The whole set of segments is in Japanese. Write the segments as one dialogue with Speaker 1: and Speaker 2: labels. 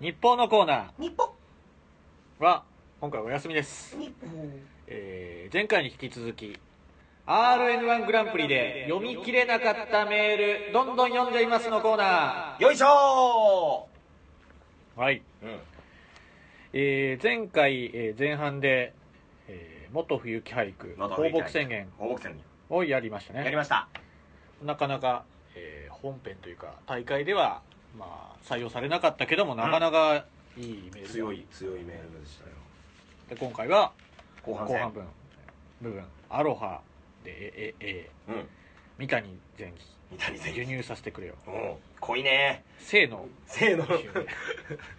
Speaker 1: 日報のコーナ
Speaker 2: 日本
Speaker 1: ーは、今回お休みです。
Speaker 2: 日本
Speaker 1: えー前回に引き続き、RN1 グランプリで読み切れなかったメール、どんどん読んじゃいますのコーナ
Speaker 2: よいしょ
Speaker 1: ー。はい。
Speaker 2: ーうん
Speaker 1: えー前回、えー前半で、えー元冬季俳句、放牧宣言
Speaker 2: 放牧宣言
Speaker 1: をやりました
Speaker 2: やり
Speaker 1: ね。
Speaker 2: ました
Speaker 1: なかなか、えー本編というか、大会では、まあ、採用されなかったけども、なかなかいいメール。
Speaker 2: 強。い強いメールでしたよ
Speaker 1: で、今回は、
Speaker 2: 後半
Speaker 1: 後
Speaker 2: 戦
Speaker 1: 半分、部分、アロハで、え、え、え、
Speaker 2: うん
Speaker 1: 三谷前期
Speaker 2: 三谷選
Speaker 1: 輸
Speaker 2: 手
Speaker 1: 入させてくれよ
Speaker 2: うん濃いね
Speaker 1: 生の
Speaker 2: せーの
Speaker 1: 2週目
Speaker 2: せ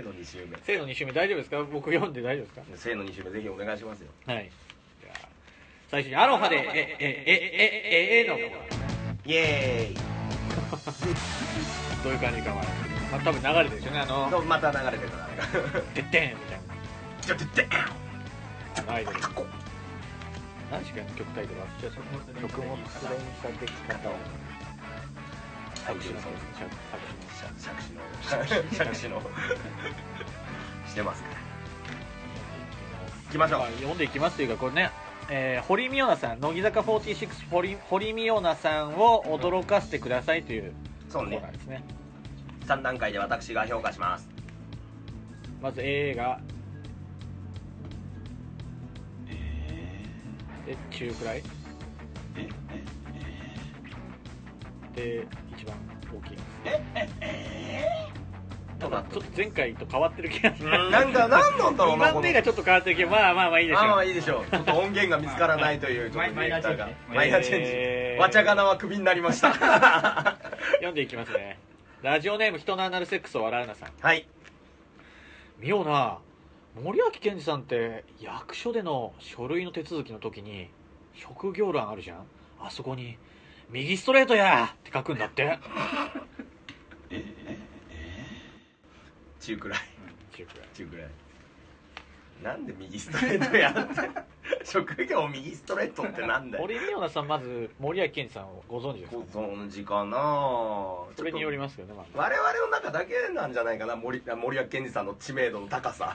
Speaker 2: ーの2周目
Speaker 1: 生の2週目大丈夫ですか僕読んで大丈夫ですか
Speaker 2: せーの2周目ぜひお願いしますよ
Speaker 1: はいじゃあ最初に「アロハで」ええええええのコーナー
Speaker 2: イエーイ
Speaker 1: どういう感じかは、まあ、多分流れてるでしょうねあの
Speaker 2: とまた流れてるからね
Speaker 1: 「てってん」みたい
Speaker 2: ちょっとで
Speaker 1: なあのアイドル何しかの曲タイトル忘れちゃった曲も
Speaker 2: さでき方を作詞の作詞の作詞のしてますから行きましょう
Speaker 1: まあ読んでいきますというかこれね、えー堀美央奈さん乃木坂46堀堀美央奈さんを驚かせてくださいという
Speaker 2: そ
Speaker 1: コ
Speaker 2: う
Speaker 1: ー
Speaker 2: ね
Speaker 1: ナーですね
Speaker 2: 3段階で私が評価します
Speaker 1: まず AA がえ中くらいで一番大きい
Speaker 2: となっ
Speaker 1: ちょっと前回と変わってる気がする
Speaker 2: なんか何なんだろ
Speaker 1: 2
Speaker 2: うな
Speaker 1: 番目がちょっと変わってるけどまあまあまあいいでしょう
Speaker 2: ああいいでしょうちょっと音源が見つからないというちょっとディレクターがマイナーチェンジ、
Speaker 1: えー
Speaker 2: わちゃがなはクビになりました
Speaker 1: 読んでいきますねラジオネーム人のアナルセックスを笑うなさん
Speaker 2: はい
Speaker 1: 妙な森脇健児さんって役所での書類の手続きの時に職業欄あるじゃんあそこに「右ストレートや!」って書くんだって
Speaker 2: 中くらい
Speaker 1: っていうくらい
Speaker 2: 中くらいなんで右ストレートやって職業右ストレートってなんだよ
Speaker 1: 森美奈さんまず森脇健児さんをご存知ですか
Speaker 2: ご存知かな
Speaker 1: それにより
Speaker 2: ま
Speaker 1: ますよね、まあ、
Speaker 2: 我々の中だけなんじゃないかな森森脇健児さんの知名度の高 さ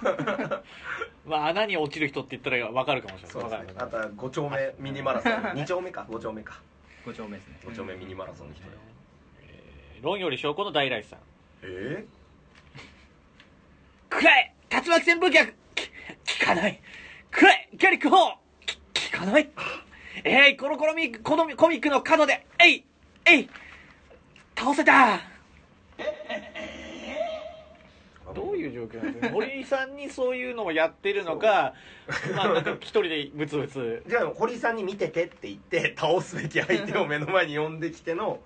Speaker 1: まあ穴に落ちる人って言ったら分かるかもしれない
Speaker 2: そうで
Speaker 1: わ
Speaker 2: すね
Speaker 1: か
Speaker 2: あ
Speaker 1: る
Speaker 2: とは5丁目ミニマラソン2丁目か5丁目か
Speaker 3: 五丁目ですね。
Speaker 2: 5丁目ミニマラソンの人よ
Speaker 1: えー論より証拠の大来さん
Speaker 2: え
Speaker 1: くらえ竜巻旋風脚き聞かないくらえキャリック砲き聞かないえいコロコロミックコミコミックの角でえいえい倒せた
Speaker 2: ー
Speaker 1: どういう状況なんですかね堀井さんにそういうのをやってるのかまあなんか一人でブツブツ
Speaker 2: じゃあ堀井さんに見ててって言って倒すべき相手を目の前に呼んできての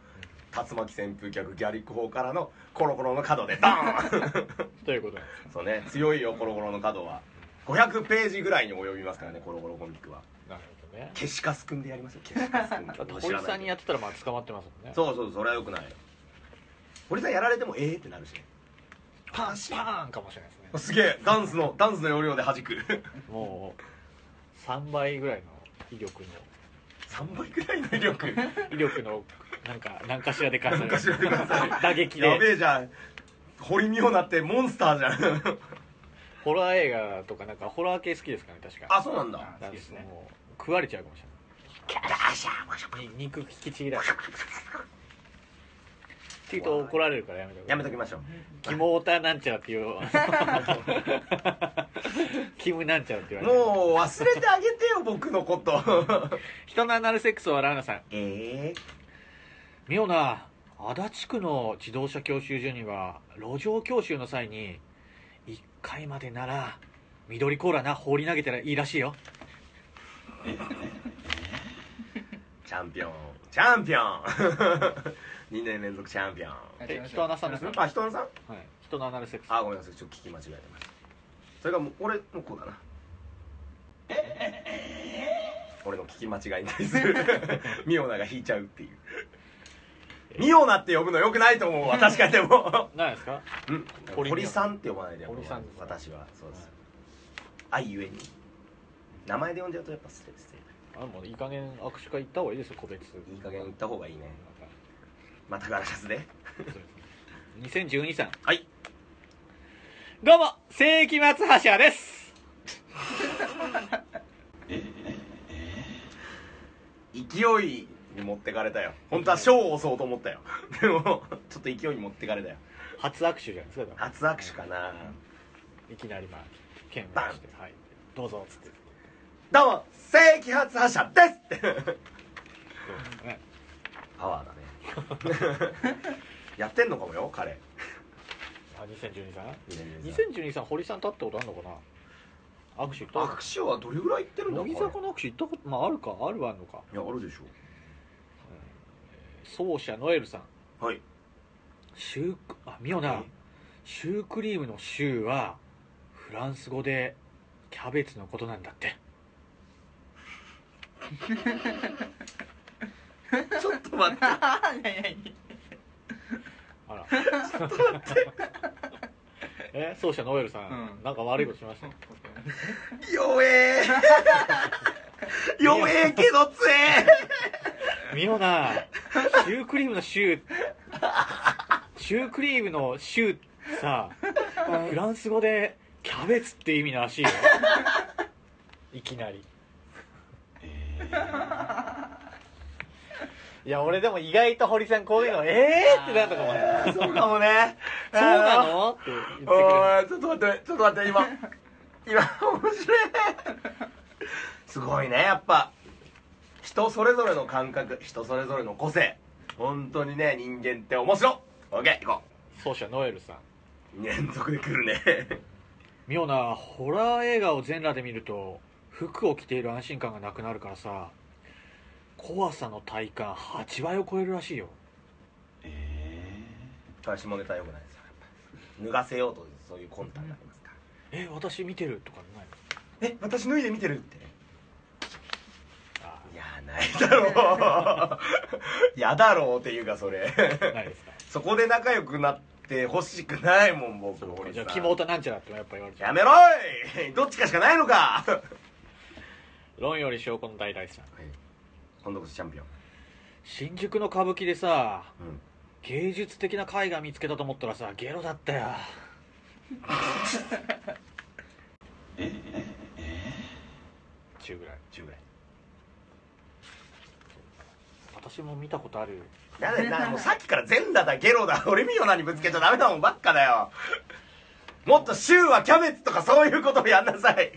Speaker 2: 竜巻旋風脚ギャリック砲からのコロコロの角でドーン
Speaker 1: ということなんです
Speaker 2: そうね強いよコロコロの角は500ページぐらいに及びますからねコロコロコミックは
Speaker 1: なるほどね
Speaker 2: 消しカスくんでやりますよ消しカスくん
Speaker 1: だって 堀井さんにやってたらまあ捕まってますもんね
Speaker 2: そうそうそれはよくない堀井さんやられてもええってなるしねパーシ
Speaker 1: パ
Speaker 2: ーン
Speaker 1: ーンかもしれないですね
Speaker 2: すげえダンスのダンスの要領で弾く
Speaker 1: もう3倍ぐらいの威力の
Speaker 2: 3倍くらいの威力
Speaker 1: 威力のなんか何かしらで返さ
Speaker 2: なん
Speaker 1: れ
Speaker 2: か
Speaker 1: る
Speaker 2: 知らてください
Speaker 1: 打撃
Speaker 2: やべ
Speaker 1: で
Speaker 2: えじゃん堀美央なってモンスターじゃん
Speaker 1: ホラー映画とかなんかホラー系好きですからね確か
Speaker 2: あそうなんだ
Speaker 1: なんか
Speaker 3: 好きですね
Speaker 1: もう食われちゃうかもしれないに肉引きちぎられるっていうと怒られるからやめとく
Speaker 2: やめときましょう
Speaker 1: キモオタなんちゃらっていう キムなんちゃらって言われて
Speaker 2: もう忘れてあげてよ僕のこと
Speaker 1: 人のアナルセックスを笑うなさん
Speaker 2: ええ
Speaker 1: 妙な足立区の自動車教習所には路上教習の際に1回までなら緑コーラな放り投げたらいいらしいよ
Speaker 2: チャンピオンチャンピオン2年連続チャンピオン
Speaker 3: あ
Speaker 1: え人はなさんです
Speaker 2: あひとのさん
Speaker 1: はい人のアナルセックス
Speaker 2: あごめんなさいちょっと聞き間違えてましたそれがもう俺の子だな俺の聞き間違いに対する ミオナが引いちゃうっていうミオナって呼ぶのよくないと思うわ確かにでも
Speaker 1: 何ですか
Speaker 2: うん
Speaker 1: 堀
Speaker 2: 堀さんって呼ばないで
Speaker 1: 堀さんです
Speaker 2: 私はそうです、愛ゆえに名前で呼んじゃうとやっぱ失礼失
Speaker 1: あもういい加減握手会行った方がいいですよ個別
Speaker 2: 礼いい加減言った方がいいねまたガラカスで
Speaker 1: 2012さん
Speaker 2: はい
Speaker 1: どうも、世紀末覇者です。
Speaker 2: 勢いに持ってかれたよ本当は賞を押そうと思 ったよでもちょっと勢いに持ってかれたよ
Speaker 1: 初握手じゃないですか。だから
Speaker 2: 初握手かな、
Speaker 1: いきなり、まあ、剣を出して、はい。どうぞ、つって。
Speaker 2: どうも正規発発射ですって
Speaker 1: どうですかね。
Speaker 2: パワーだね やってんのかもよ彼
Speaker 1: あ、2012さん ?2012 さん、堀さんと会ったことあるのかな握手行った
Speaker 2: 握手はどれぐらい行ってるんだ
Speaker 1: 乃木
Speaker 2: 彼
Speaker 1: 坂の握手行ったこと、まあ、あるか、あるはあるのか。
Speaker 2: いやあるでし
Speaker 1: 奏者ノエルさん。
Speaker 2: ょはい
Speaker 1: シューク、あ、ミオナ、シュークリームのシューは、フランス語で、キャベツのことなんだって。
Speaker 2: ちょっと待って
Speaker 1: あ ら。 え、奏者ノエルさん、
Speaker 3: うん
Speaker 1: なんか悪いことしました。
Speaker 2: 弱え弱えけど強え
Speaker 1: ミオナ、シュークリームのシュー、シュークリームのシューってさ、フランス語でキャベツって意味らしいよ。いきなり。いや、俺でも意外と堀さんこういうの、えーってなったかもね。
Speaker 2: そうかもね
Speaker 1: そうなのって言ってくれる。
Speaker 2: おいちょっと待ってちょっと待って今 今面白いすごいねやっぱ人それぞれの感覚人それぞれの個性本当にね人間って面白い OK 行こ
Speaker 1: 奏者ノエルさん。
Speaker 2: う連続で来るね
Speaker 1: 妙なホラー映画を全裸で見ると服を着ている安心感がなくなるからさ怖さの体感8倍を超えるらしいよ
Speaker 2: 川下ネタよくないですよやっぱ脱がせようとそういう魂胆がありますから
Speaker 1: え私見てるとかないの
Speaker 2: え私脱いで見てるって
Speaker 1: あ
Speaker 2: いやないだろ うやだろうっていうかそれ
Speaker 1: ーないですか
Speaker 2: そこで仲良くなってほしくないもん僕
Speaker 1: そうか
Speaker 2: 俺
Speaker 1: じゃあ
Speaker 2: さ
Speaker 1: キモオタなんちゃらってやっぱ言われちゃ
Speaker 2: や
Speaker 1: う
Speaker 2: めろい どっちかしかないのか
Speaker 1: 論より証拠の大来さん
Speaker 2: 今度こそチャンピオン
Speaker 1: 新宿の歌舞伎でさ
Speaker 2: うん
Speaker 1: 芸術的な絵画見つけたと思ったらさゲロだった よ中ぐらい
Speaker 2: 10ぐらい
Speaker 1: 私も見たことある
Speaker 2: なん でなもうさっきから全裸だゲロだ俺ミオナにぶつけちゃダメだもんばっかだよもっとシューはキャベツとかそういうことをやんなさい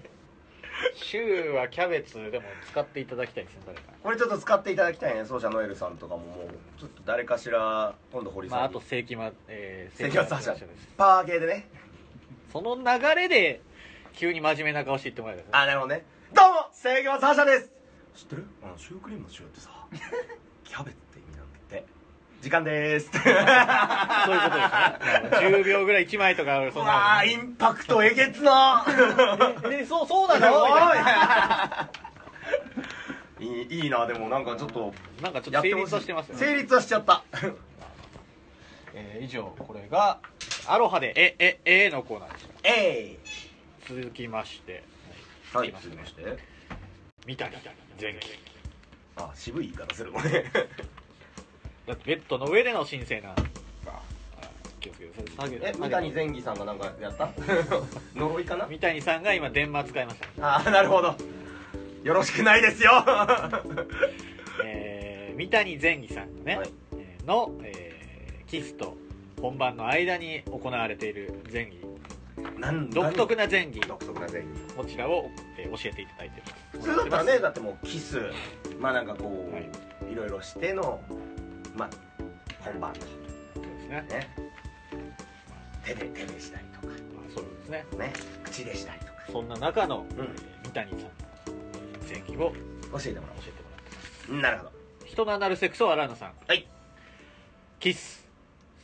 Speaker 1: シューはキャベツでも使っていただきたいですね誰か
Speaker 2: これちょっと使っていただきたいね奏者ノエルさんとかももうちょっと誰かしら今度堀さん
Speaker 1: まあ、あ
Speaker 2: に
Speaker 1: と世紀末、えー、
Speaker 2: 関松覇者
Speaker 1: 世紀末です
Speaker 2: パワー系でね
Speaker 1: その流れで急に真面目な顔して言ってもらえたら
Speaker 2: あなるほどねどうも制御サーシャです知ってるあのシュークリームのシューって さキャベツって意味なんだって時間でーす
Speaker 1: そういうことですね10秒ぐらい1枚とかそん
Speaker 2: わ
Speaker 1: な
Speaker 2: あ
Speaker 1: の
Speaker 2: インパクトえげつな
Speaker 1: えそうそう な
Speaker 2: お
Speaker 1: のみたい
Speaker 2: いいいいいなでもなんかちょっと
Speaker 1: ななんかちょっと成立はしてますよ、
Speaker 2: 成立はしちゃった
Speaker 1: えー以上これが「アロハでええええ」のコーナーでし
Speaker 2: えい
Speaker 1: た続きまして
Speaker 2: はい続きまして
Speaker 1: 三谷前期
Speaker 2: あ渋い言い方するもんね
Speaker 1: だってベッドの上での申請なんか気をつけてください
Speaker 2: え三谷前儀さんがなんかやった 呪いかな
Speaker 1: 三谷さんが今電話使いました
Speaker 2: ああなるほどよろしくないですよ
Speaker 1: えー三谷前儀さんのね、
Speaker 2: はい
Speaker 1: えーの、えーキスと本番の間に行われている前儀
Speaker 2: なん
Speaker 1: 独特な前儀
Speaker 2: 独特な前儀
Speaker 1: こちらを、えー教えていただいてます
Speaker 2: 普通だったらねだってもうキスまあなんかこう、
Speaker 1: はいい、
Speaker 2: ろいろしてのまあ本番と
Speaker 1: そうですね
Speaker 2: ね手で手でしたりとか
Speaker 1: まあそうですね
Speaker 2: ね口でしたりとか
Speaker 1: そんな中の、
Speaker 2: うん
Speaker 1: えー三谷さんの前儀を教
Speaker 2: 教えてもら
Speaker 1: えてもらってます
Speaker 2: おうなるほど
Speaker 1: 人のアナルセックスを荒野さん
Speaker 2: はい
Speaker 1: キス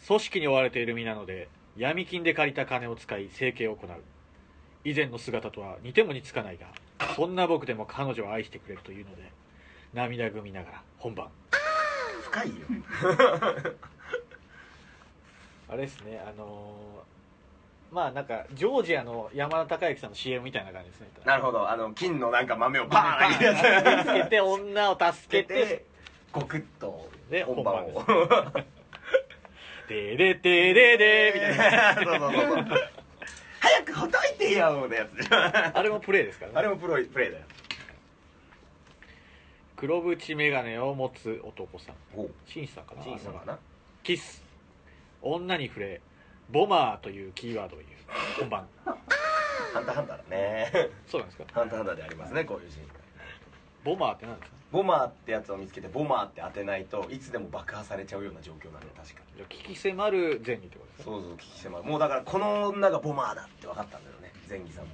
Speaker 1: 組織に追われている身なので闇金で借りた金を使い整形を行う以前の姿とは似ても似つかないがそんな僕でも彼女を愛してくれるというので涙ぐみながら本番
Speaker 2: 深いよ
Speaker 1: あれですねあのーまあなんかジョージアの山田孝之さんの CM みたいな感じですね
Speaker 2: なるほどあの金のなんか豆 をバーン入れて
Speaker 1: 見つけて女を助
Speaker 2: け
Speaker 1: けて
Speaker 2: てゴクッと
Speaker 1: で
Speaker 2: 本番を
Speaker 1: 本「ででででで」みたいな
Speaker 2: そうそうそうそう早くほどいてよのや つあ
Speaker 1: あれもプレイですからね
Speaker 2: れもプロイプレイだよ
Speaker 1: 黒縁眼鏡を持つ男さん
Speaker 2: お
Speaker 1: シンさんかな
Speaker 2: 小さかな
Speaker 1: キス女に触れボマーというキーワードを言う本番
Speaker 2: ハンターハンターだね
Speaker 1: そうなんですか
Speaker 2: ハンターハンターでありますねこういうシーン
Speaker 1: ボマーって何ですか
Speaker 2: ボマーってやつを見つけてボマーって当てないといつでも爆破されちゃうような状況なのよ確か
Speaker 1: じゃあ聞き迫る前儀ってことですか
Speaker 2: そうそう聞き迫るもうだからこの女がボマーだって分かったんだよね前儀さんも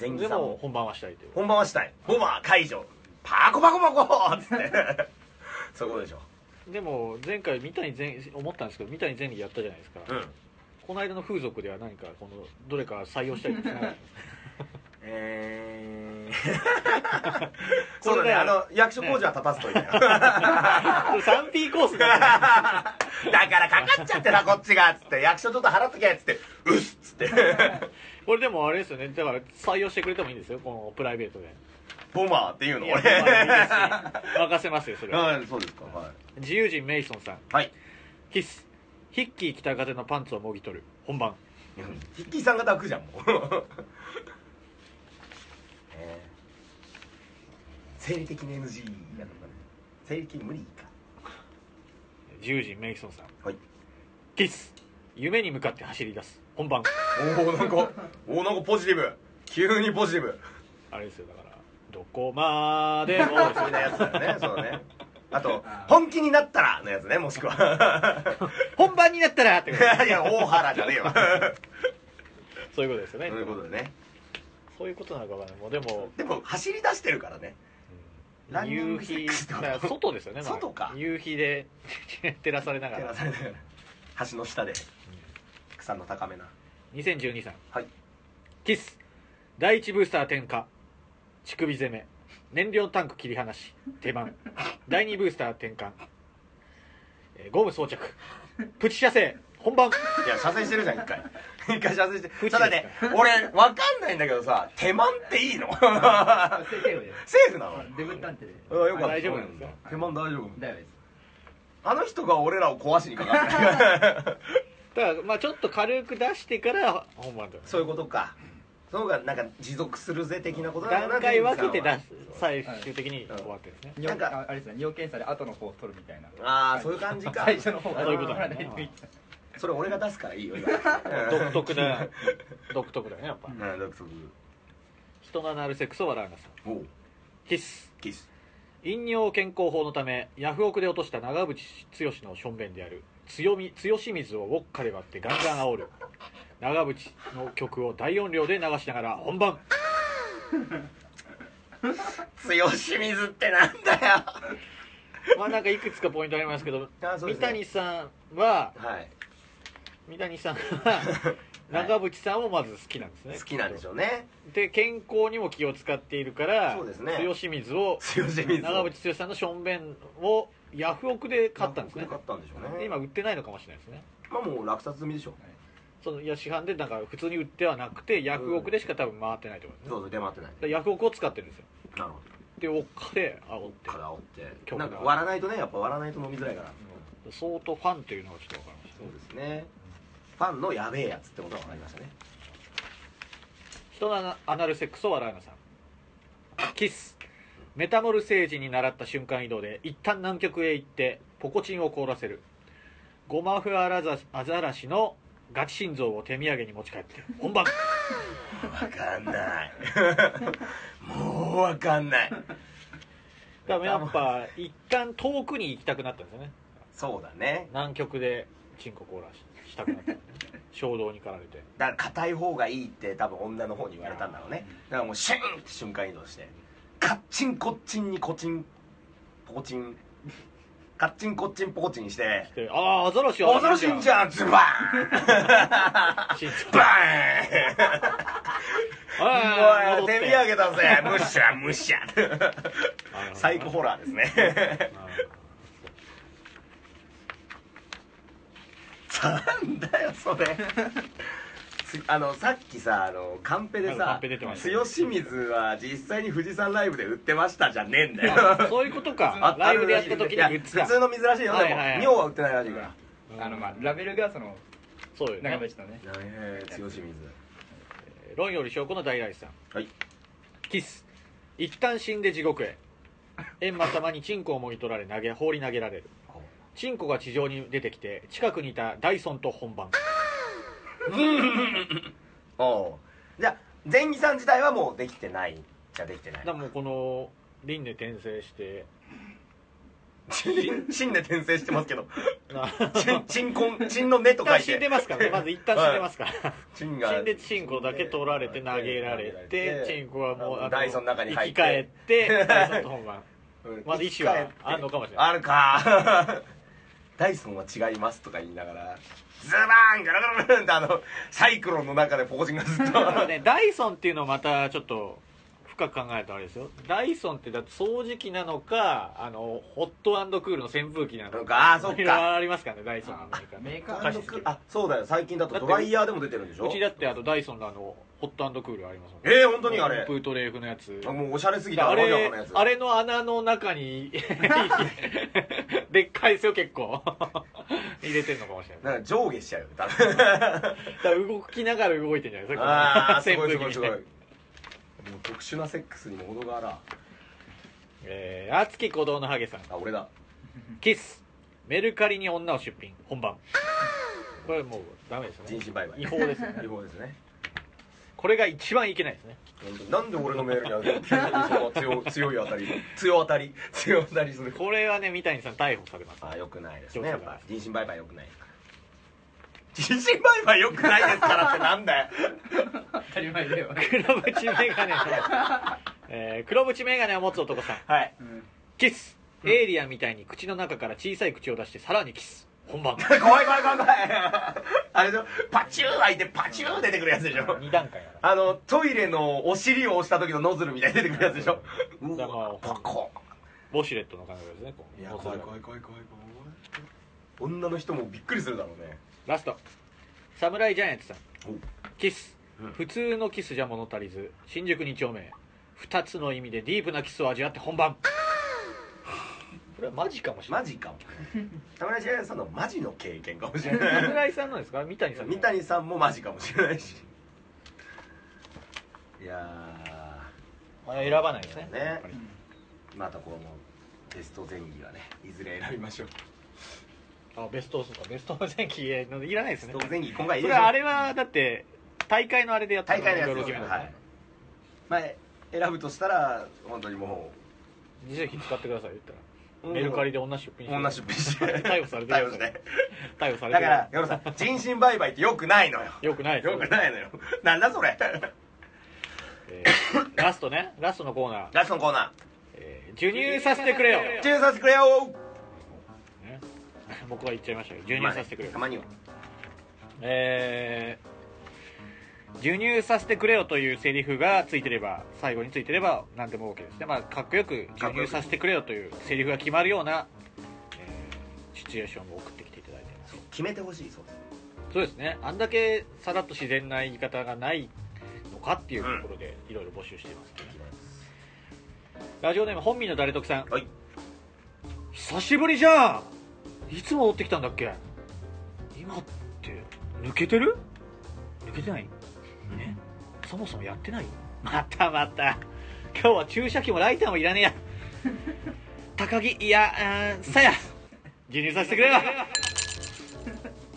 Speaker 2: 前儀
Speaker 1: で
Speaker 2: さん
Speaker 1: も
Speaker 2: も
Speaker 1: 本番はしたいということ
Speaker 2: 本番はしたいボマー解除パコパコパコっつって そういうことでしょ
Speaker 1: でも前回三谷前思ったんですけど三谷前儀やったじゃないですか、
Speaker 2: うん
Speaker 1: この間の風俗では何かこのどれか採用したりとかしなかったんですか
Speaker 2: えー、
Speaker 1: こ
Speaker 2: そう
Speaker 1: れ
Speaker 2: だ
Speaker 1: ね
Speaker 2: ねあの役所工事は立たすとい てだ か
Speaker 1: 3P コースだね
Speaker 2: らかかっちゃってなこっちがっつって役所ちょっと払っとけっつってうっすっつって
Speaker 1: これでもあれですよねだから採用してくれてもいいんですよこのプライベートで
Speaker 2: ボマーっていうの
Speaker 1: いや
Speaker 2: 俺
Speaker 1: まあいいですし任せますよそれは
Speaker 2: うんそうですか はい
Speaker 1: 自由人メイソンさん
Speaker 2: はい
Speaker 1: キスヒッキー北風のパンツをもぎ取る本番
Speaker 2: ヒッキーさんが抱くじゃんもう えー生理的な NG やのかね生理的に無理か
Speaker 1: 自由人メイソンさん
Speaker 2: はい
Speaker 1: キス夢に向かって走り出す本番
Speaker 2: おおなんかおおなんかポジティブ急にポジティブ
Speaker 1: あれですよだからどこまでもです
Speaker 2: そ
Speaker 1: よ
Speaker 2: ういうやつだ よねそうねあと「本気になったら」のやつねもしくは
Speaker 1: 本番になったらってこと
Speaker 2: いや大原じゃね えよ
Speaker 1: そういうことですよね
Speaker 2: そういうことでね
Speaker 1: そういうことなのかわかんないもうでも
Speaker 2: でも走り出してるからねランニン
Speaker 1: 夕
Speaker 2: グセッ
Speaker 1: 日
Speaker 2: クスと
Speaker 1: だ
Speaker 2: か
Speaker 1: から外ですよね、
Speaker 2: 外か
Speaker 1: 夕日で 照らされなが
Speaker 2: 手が
Speaker 1: ら
Speaker 2: されながら橋の下で草の高めな
Speaker 1: 2012さん
Speaker 2: はい
Speaker 1: キス第一ブースター点火乳首攻め燃料タンク切り離し手 番第二ブースター転換、えーゴム装着プチ射精本番
Speaker 2: いや、射精してるじゃん、一 回。一回射精して
Speaker 1: チ。です
Speaker 2: ただね、俺、わかんないんだけどさ、手満っていい のセ
Speaker 3: あセーフで
Speaker 2: ーフなの
Speaker 3: デブ探偵で
Speaker 2: うんよかった。
Speaker 1: 大丈夫なんですよ
Speaker 2: 手満大丈夫。
Speaker 3: 大丈夫です
Speaker 2: あの人が俺らを壊しにかかってる。
Speaker 1: だからまあちょっと軽く出してから本番だよね
Speaker 2: そういうことか。その方が、なんか、持続するぜ、的なことなのかな
Speaker 1: 段階分けて出
Speaker 2: ジ
Speaker 1: す
Speaker 2: ミーさんは
Speaker 1: 最終的に終わってるんですね、
Speaker 3: 尿
Speaker 2: なんか
Speaker 3: ああれですね尿検査で後の方を取るみたいな
Speaker 2: ああ、そういう感じか。
Speaker 3: 最初の方が
Speaker 1: そういうことだ
Speaker 3: 取ら
Speaker 1: ね
Speaker 3: ないとい
Speaker 2: それ俺が出すからいいよ、今。
Speaker 1: 独特 だ独特だよねやっぱ、
Speaker 2: うん、独特。
Speaker 1: 人がなるセックスを笑うなさん
Speaker 2: おう
Speaker 1: キス
Speaker 2: キス。
Speaker 1: 飲尿健康法のためヤフオクで落とした長渕剛のしょんべんである強み強し水をウォッカで割ってガンガン煽る長渕の曲を大音量で流しながら本番
Speaker 2: 強し水ってなんだよ。
Speaker 1: まあなんかいくつかポイントありますけど
Speaker 2: あそ
Speaker 1: 三
Speaker 2: うですね
Speaker 1: 谷さんは
Speaker 2: はい。
Speaker 1: 三谷さん は長渕さんをまず好きなんですね
Speaker 2: 好きなんでしょうね。
Speaker 1: で健康にも気を使っているから
Speaker 2: そうですね
Speaker 1: 強し水を
Speaker 2: 強し水を。
Speaker 1: 長渕剛さんのしょんべんをヤフオクで買ったんですね
Speaker 2: 買ったんでしょうね。
Speaker 1: で今売ってないのかもしれないですね
Speaker 2: まあもう落札済みでしょ
Speaker 1: そのいや市販でなんか普通に売ってはなくてヤフオクでしか多分回ってないってことですね
Speaker 2: どうぞ出回ってない
Speaker 1: だからヤフオクを使ってるんですよ
Speaker 2: なるほ
Speaker 1: でおっかで煽っ
Speaker 2: どか
Speaker 1: て
Speaker 2: らおって
Speaker 1: 曲が
Speaker 2: なんか割らないとねやっぱ割らないと飲みづらいから
Speaker 1: 相当ファンっていうのがちょっと分かりました
Speaker 2: そうですねファンのやべえやつってことが分かりましたね
Speaker 1: 人のアナアナルセックスを笑うなさんキスメタモル星人に習った瞬間移動で一旦南極へ行ってポコチンを凍らせるゴマフアラザアザラシのガチ心臓を手土産に持ち帰って本番
Speaker 2: 分かんない もう分かんない
Speaker 1: だからやっぱ一旦遠くに行きたくなったんですよね
Speaker 2: そうだね
Speaker 1: 南極でチンコ凍らししたくなったんですね衝動に駆られて
Speaker 2: だから硬い方がいいって多分女の方に言われたんだろうねだからもうシュンって瞬間移動してカッチンコッチンにコチンポコチンカッチンコッチンポコチンして
Speaker 1: でああアザラシ
Speaker 2: 恐ろしいんじ
Speaker 1: ゃ
Speaker 2: ゃんズバーン
Speaker 1: ん心臓
Speaker 2: バーン
Speaker 1: ああ
Speaker 2: おい手土産だぜむしゃむしゃサイコホラーですねなんだよそれつあのさっきさあのカンペで
Speaker 1: なんかカ
Speaker 2: さ
Speaker 1: ンペ出てましたね
Speaker 2: 強清水は実際に富士山ライブで売ってました」じゃねえんだよ
Speaker 1: そういうこと
Speaker 2: あ
Speaker 1: か
Speaker 2: る
Speaker 1: ライブでやった時に
Speaker 2: い
Speaker 1: グッズだ
Speaker 2: 普通の水らしいよでも
Speaker 1: はいはいはい
Speaker 2: 尿は売ってないらしいから
Speaker 1: うん
Speaker 3: あのまあラベルがその
Speaker 1: そうよね
Speaker 3: 長渕のね
Speaker 2: 強清水
Speaker 1: えー論より証拠の大来さん
Speaker 2: はい
Speaker 1: キス一旦死んで地獄へ閻魔様にチンコをもぎ取られ投げ放り投げられるチンコが地上に出てきて近くにいたダイソンと本番
Speaker 2: おおうじゃあ前儀さん自体はもうできてないじゃできてな
Speaker 1: だ
Speaker 2: い
Speaker 1: からもうこの輪廻転生して
Speaker 2: チンで転生してますけど
Speaker 1: な
Speaker 2: チンチンコンチンの根
Speaker 1: 一
Speaker 2: と書
Speaker 1: 旦
Speaker 2: いて
Speaker 1: 死んでますからねまず一旦死んでますから、
Speaker 2: チンが
Speaker 1: 死んでチンコだけ取られて投げられてチンコはもうあの
Speaker 2: ダイソンの中に入っ
Speaker 1: 生
Speaker 2: て
Speaker 1: き返って ダイソンと本番
Speaker 2: うん
Speaker 1: まだ意思はあんのかもしれない
Speaker 2: あるか ダイソンは違いますとか言いながらズバーンガラガラガランってあのサイクロンの中でポコチンがずっと
Speaker 1: だからねダイソンっていうのをまたちょっと深く考えるとあれですよダイソンってだって掃除機なのかあのホットクールの扇風機なのか
Speaker 2: あそっか
Speaker 1: いろいろありますからねダイソンのメーカーね
Speaker 3: メーカー
Speaker 1: おかしいですけど
Speaker 2: あそうだよ最近だとドライヤーでも出てるんでしょ
Speaker 1: うちだってあとダイソンのあのホットクールありますもん
Speaker 2: えー、本当にあれ
Speaker 1: プートレーフのやつ
Speaker 2: あもうおしゃれすぎた
Speaker 1: あ
Speaker 2: わけわか
Speaker 1: れ
Speaker 2: んないやつ
Speaker 1: あれの穴の中に でっかいですよ結構 入れてるのかもしれない
Speaker 2: なんか上下しちゃうよ多 分
Speaker 1: だから動きながら動いてんじゃないです
Speaker 2: あ
Speaker 1: か
Speaker 2: あ すごいすごい
Speaker 1: み
Speaker 2: す
Speaker 1: た
Speaker 2: ごい
Speaker 1: い
Speaker 2: も
Speaker 1: な
Speaker 2: う特殊なセックスにも程があら
Speaker 1: えー、熱き鼓動のハゲさん
Speaker 2: あ俺だ
Speaker 1: キスメルカリに女を出品本番これもうダメです
Speaker 2: 人
Speaker 1: よね
Speaker 2: 身売買
Speaker 1: 違法ですよね
Speaker 2: 違法ですね
Speaker 1: これが一番いけないですね
Speaker 2: 本当になんで俺のメールには急にその強強い当たり強当たり強当たりする
Speaker 1: これはね三谷さん逮捕されます
Speaker 2: あよくないです
Speaker 1: 気をつけ
Speaker 2: ねや
Speaker 1: て
Speaker 2: っ
Speaker 1: くださ
Speaker 2: ぱ
Speaker 1: い
Speaker 2: 人身売買よくないですから人身売買よくないですからってなんだよ
Speaker 3: 当たり前だよ、
Speaker 1: 黒縁メガネの、えー、黒縁メガネを持つ男さん
Speaker 2: はい
Speaker 3: うん、
Speaker 1: キスエイリアンみたいに口の中から小さい口を出してさらにキス本番
Speaker 2: 怖い怖い怖い怖いあれでしょパチュー開いてパチュー出てくるやつでしょ
Speaker 1: 2段階やな
Speaker 2: あのトイレのお尻を押した時のノズルみたいに出てくるやつでしょう
Speaker 1: だから
Speaker 2: わパコ
Speaker 1: ウォシュレットの感覚ですねこう
Speaker 2: いや
Speaker 1: 持つだ
Speaker 2: 怖い
Speaker 1: け
Speaker 2: 怖い怖い怖い怖い女の人もびっくりするだろうね
Speaker 1: ラスト侍ジャイアンツさんキス、
Speaker 2: うん
Speaker 1: 普通のキスじゃ物足りず新宿2丁目2つの意味でディープなキスを味わって本番これはマジかもしれな
Speaker 2: マ
Speaker 1: い
Speaker 2: ジかも侍ジャイアンツさんのマジの経験かもしれない
Speaker 1: 侍さんのですか三谷さんの
Speaker 2: 三谷さんもマジかもしれないしいや
Speaker 1: あ選ばないですね
Speaker 2: ね
Speaker 1: やっぱり
Speaker 2: ーまたこのテスト前儀はねいずれ選びましょう
Speaker 1: あベストそうかベスト前期えーいらないです
Speaker 2: テ
Speaker 1: ね
Speaker 2: スト前儀今回いい
Speaker 1: そ
Speaker 2: で
Speaker 1: れ
Speaker 2: しょ
Speaker 1: はあれはだって大会のあれでやった
Speaker 2: 大会のやつ
Speaker 1: い
Speaker 2: で
Speaker 1: ろい
Speaker 2: す
Speaker 1: ろ決めた
Speaker 2: はいまあ選ぶとしたら本当にも
Speaker 1: 自費使ってください言ったら
Speaker 2: う
Speaker 1: メルカリで女出品して
Speaker 2: 女出品して
Speaker 1: 逮捕されてる
Speaker 2: 逮捕して
Speaker 1: 逮捕さ
Speaker 2: だ
Speaker 1: れ
Speaker 2: か
Speaker 1: て
Speaker 2: らヨロさん人身売買ってよくないのよ
Speaker 1: よくないです
Speaker 2: よくないの よなんだそれ
Speaker 1: えーラストねラストのコーナー、
Speaker 2: ラストのコーナ
Speaker 1: えー授乳させてくれよ、
Speaker 2: ー注入させてくれよ
Speaker 1: ね 僕は言っちゃいましたけど授乳させてくれよ、
Speaker 2: たまには
Speaker 1: えー授乳させてくれよというセリフがついてれば最後についてれば何でも OK ですね、まあ、かっこよく授乳させてくれよというセリフが決まるような、えーシチュエーションを送ってきていただいています
Speaker 2: 決めてほしいそうです
Speaker 1: そうですねあんだけさらっと自然な言い方がないのかっていうところでいろいろ募集しています、ラジオネーム本民の誰得さん
Speaker 2: はい
Speaker 1: 久しぶりじゃんいつ戻ってきたんだっけ今って抜けてる抜けてないねそもそもやってないまたまた今日は注射器もライターもいら ねえや高木いやあーさや授乳させてくれよ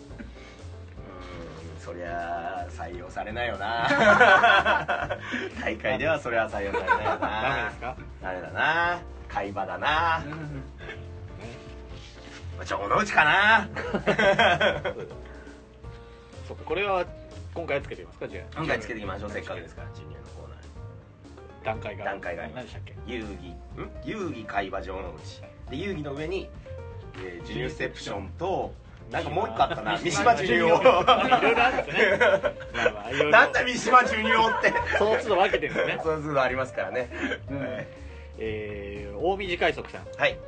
Speaker 2: うーんそりゃ採用されないよ な大会ではそりゃ採用されないよ
Speaker 1: ダメ
Speaker 2: な
Speaker 1: ですか
Speaker 2: あれだな会話だな情の内かな
Speaker 1: そっかこれは今回はつけてみますかじゃあ
Speaker 2: 今回つけていきましょうせっかくですからジュニアのコーナー
Speaker 1: 段階が
Speaker 2: 段階があります
Speaker 1: 何でしたっけ
Speaker 2: 遊戯ん遊戯会話場の内で遊戯の上に、えージュニアセプションとなんかもう一個あっ たな三島ジュニ
Speaker 1: いろいろあるんですねまあまあいろい
Speaker 2: オ
Speaker 1: ろ
Speaker 2: なんだ三島ジュニオって
Speaker 1: その都度分けてるんですね
Speaker 2: そういうのありますからね、
Speaker 1: えー大短快速さん
Speaker 2: はい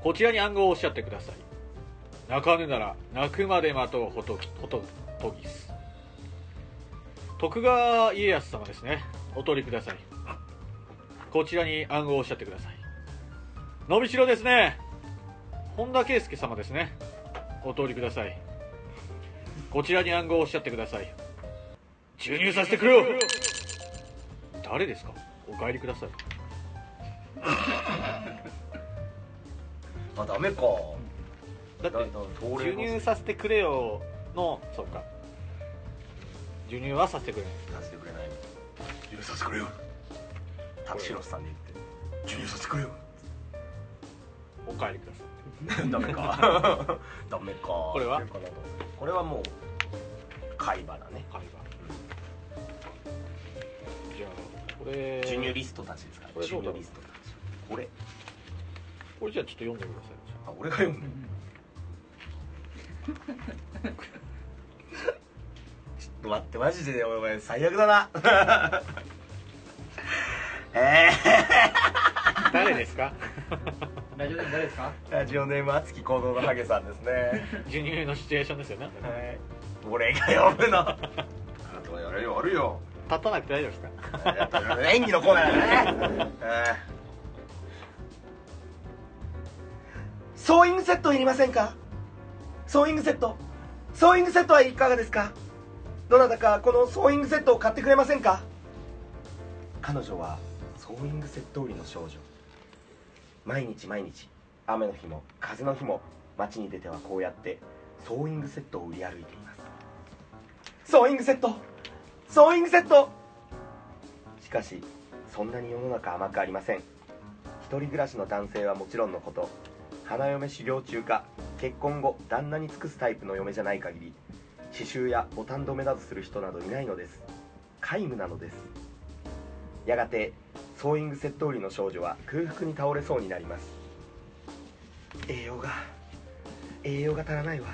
Speaker 1: こちらに暗号をおっしゃってください泣かぬなら泣くまで待とうほときほととぎす徳川家康様ですねお取りくださいこちらに暗号をおっしゃってください伸びしろですね本田圭佑様ですねお通りくださいこちらに暗号をおっしゃってください注入させてくれよ誰ですかお帰りください
Speaker 2: あダメか
Speaker 1: だって
Speaker 2: 通
Speaker 1: 授乳させてくれよのそうか授乳はさせてくれない
Speaker 2: させてくれない授乳させてくれよタクシーのおっさんに言って授乳させてくれよ
Speaker 1: お帰りください
Speaker 2: ダメ かダメか
Speaker 1: これは
Speaker 2: これはもう貝花ね
Speaker 1: 彼がじゃあこれ
Speaker 2: 授乳リストたちですから
Speaker 1: これど
Speaker 2: 授
Speaker 1: うだろ
Speaker 2: 乳
Speaker 1: う
Speaker 2: リストたちこれ
Speaker 1: これじゃあちょっと読んでください
Speaker 2: あ俺が読むちょっと待ってマジでお前最悪だな え
Speaker 1: 誰ですか
Speaker 3: ラジオでも誰ですか
Speaker 2: ー、ラジオネーム熱き行動のハゲさんですね
Speaker 1: 授乳のシチュエーションですよね
Speaker 2: はい俺が読むの あとはやれよあるよ
Speaker 1: 立たなくて大丈夫ですか
Speaker 2: 演技のコーナーだねソーイングセットいりませんかソーイングセットソーイングセットはいかがですかどなたかこのソーイングセットを買ってくれませんか彼女はソーイングセット売りの少女毎日毎日雨の日も風の日も街に出てはこうやってソーイングセットを売り歩いていますソーイングセットソーイングセットしかしそんなに世の中甘くありません一人暮らしの男性はもちろんのこと花嫁修行中か結婚後旦那に尽くすタイプの嫁じゃない限り刺繍やボタン止めなどする人などいないのです皆無なのですやがてソーイング窃盗売りの少女は空腹に倒れそうになります栄養が栄養が足らないわ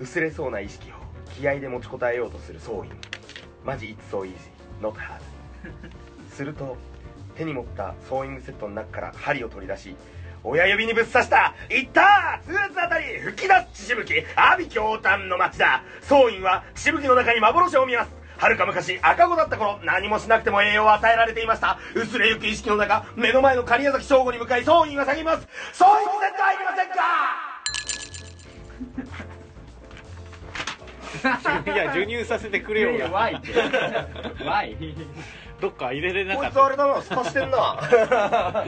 Speaker 2: 薄れそうな意識を気合で持ちこたえようとするソーインマジ It's so easy, not hard すると手に持ったソーイングセットの中から針を取り出し親指にぶっ刺したいったー痛烈あたり吹き出す血しぶき阿鼻驚嘆の町だソーインは血しぶきの中に幻を見ますはるか昔赤子だった頃何もしなくても栄養を与えられていました薄れゆく意識の中目の前の假屋崎省吾に向かいソーインは叫びますソーイングセット入りませんか
Speaker 1: いや授乳させてくれよが
Speaker 3: ワイってワイ
Speaker 1: どっか入れれな
Speaker 2: こ
Speaker 1: か
Speaker 2: い
Speaker 1: っ
Speaker 2: つあ
Speaker 1: た
Speaker 2: れだな、スパしてん な。あ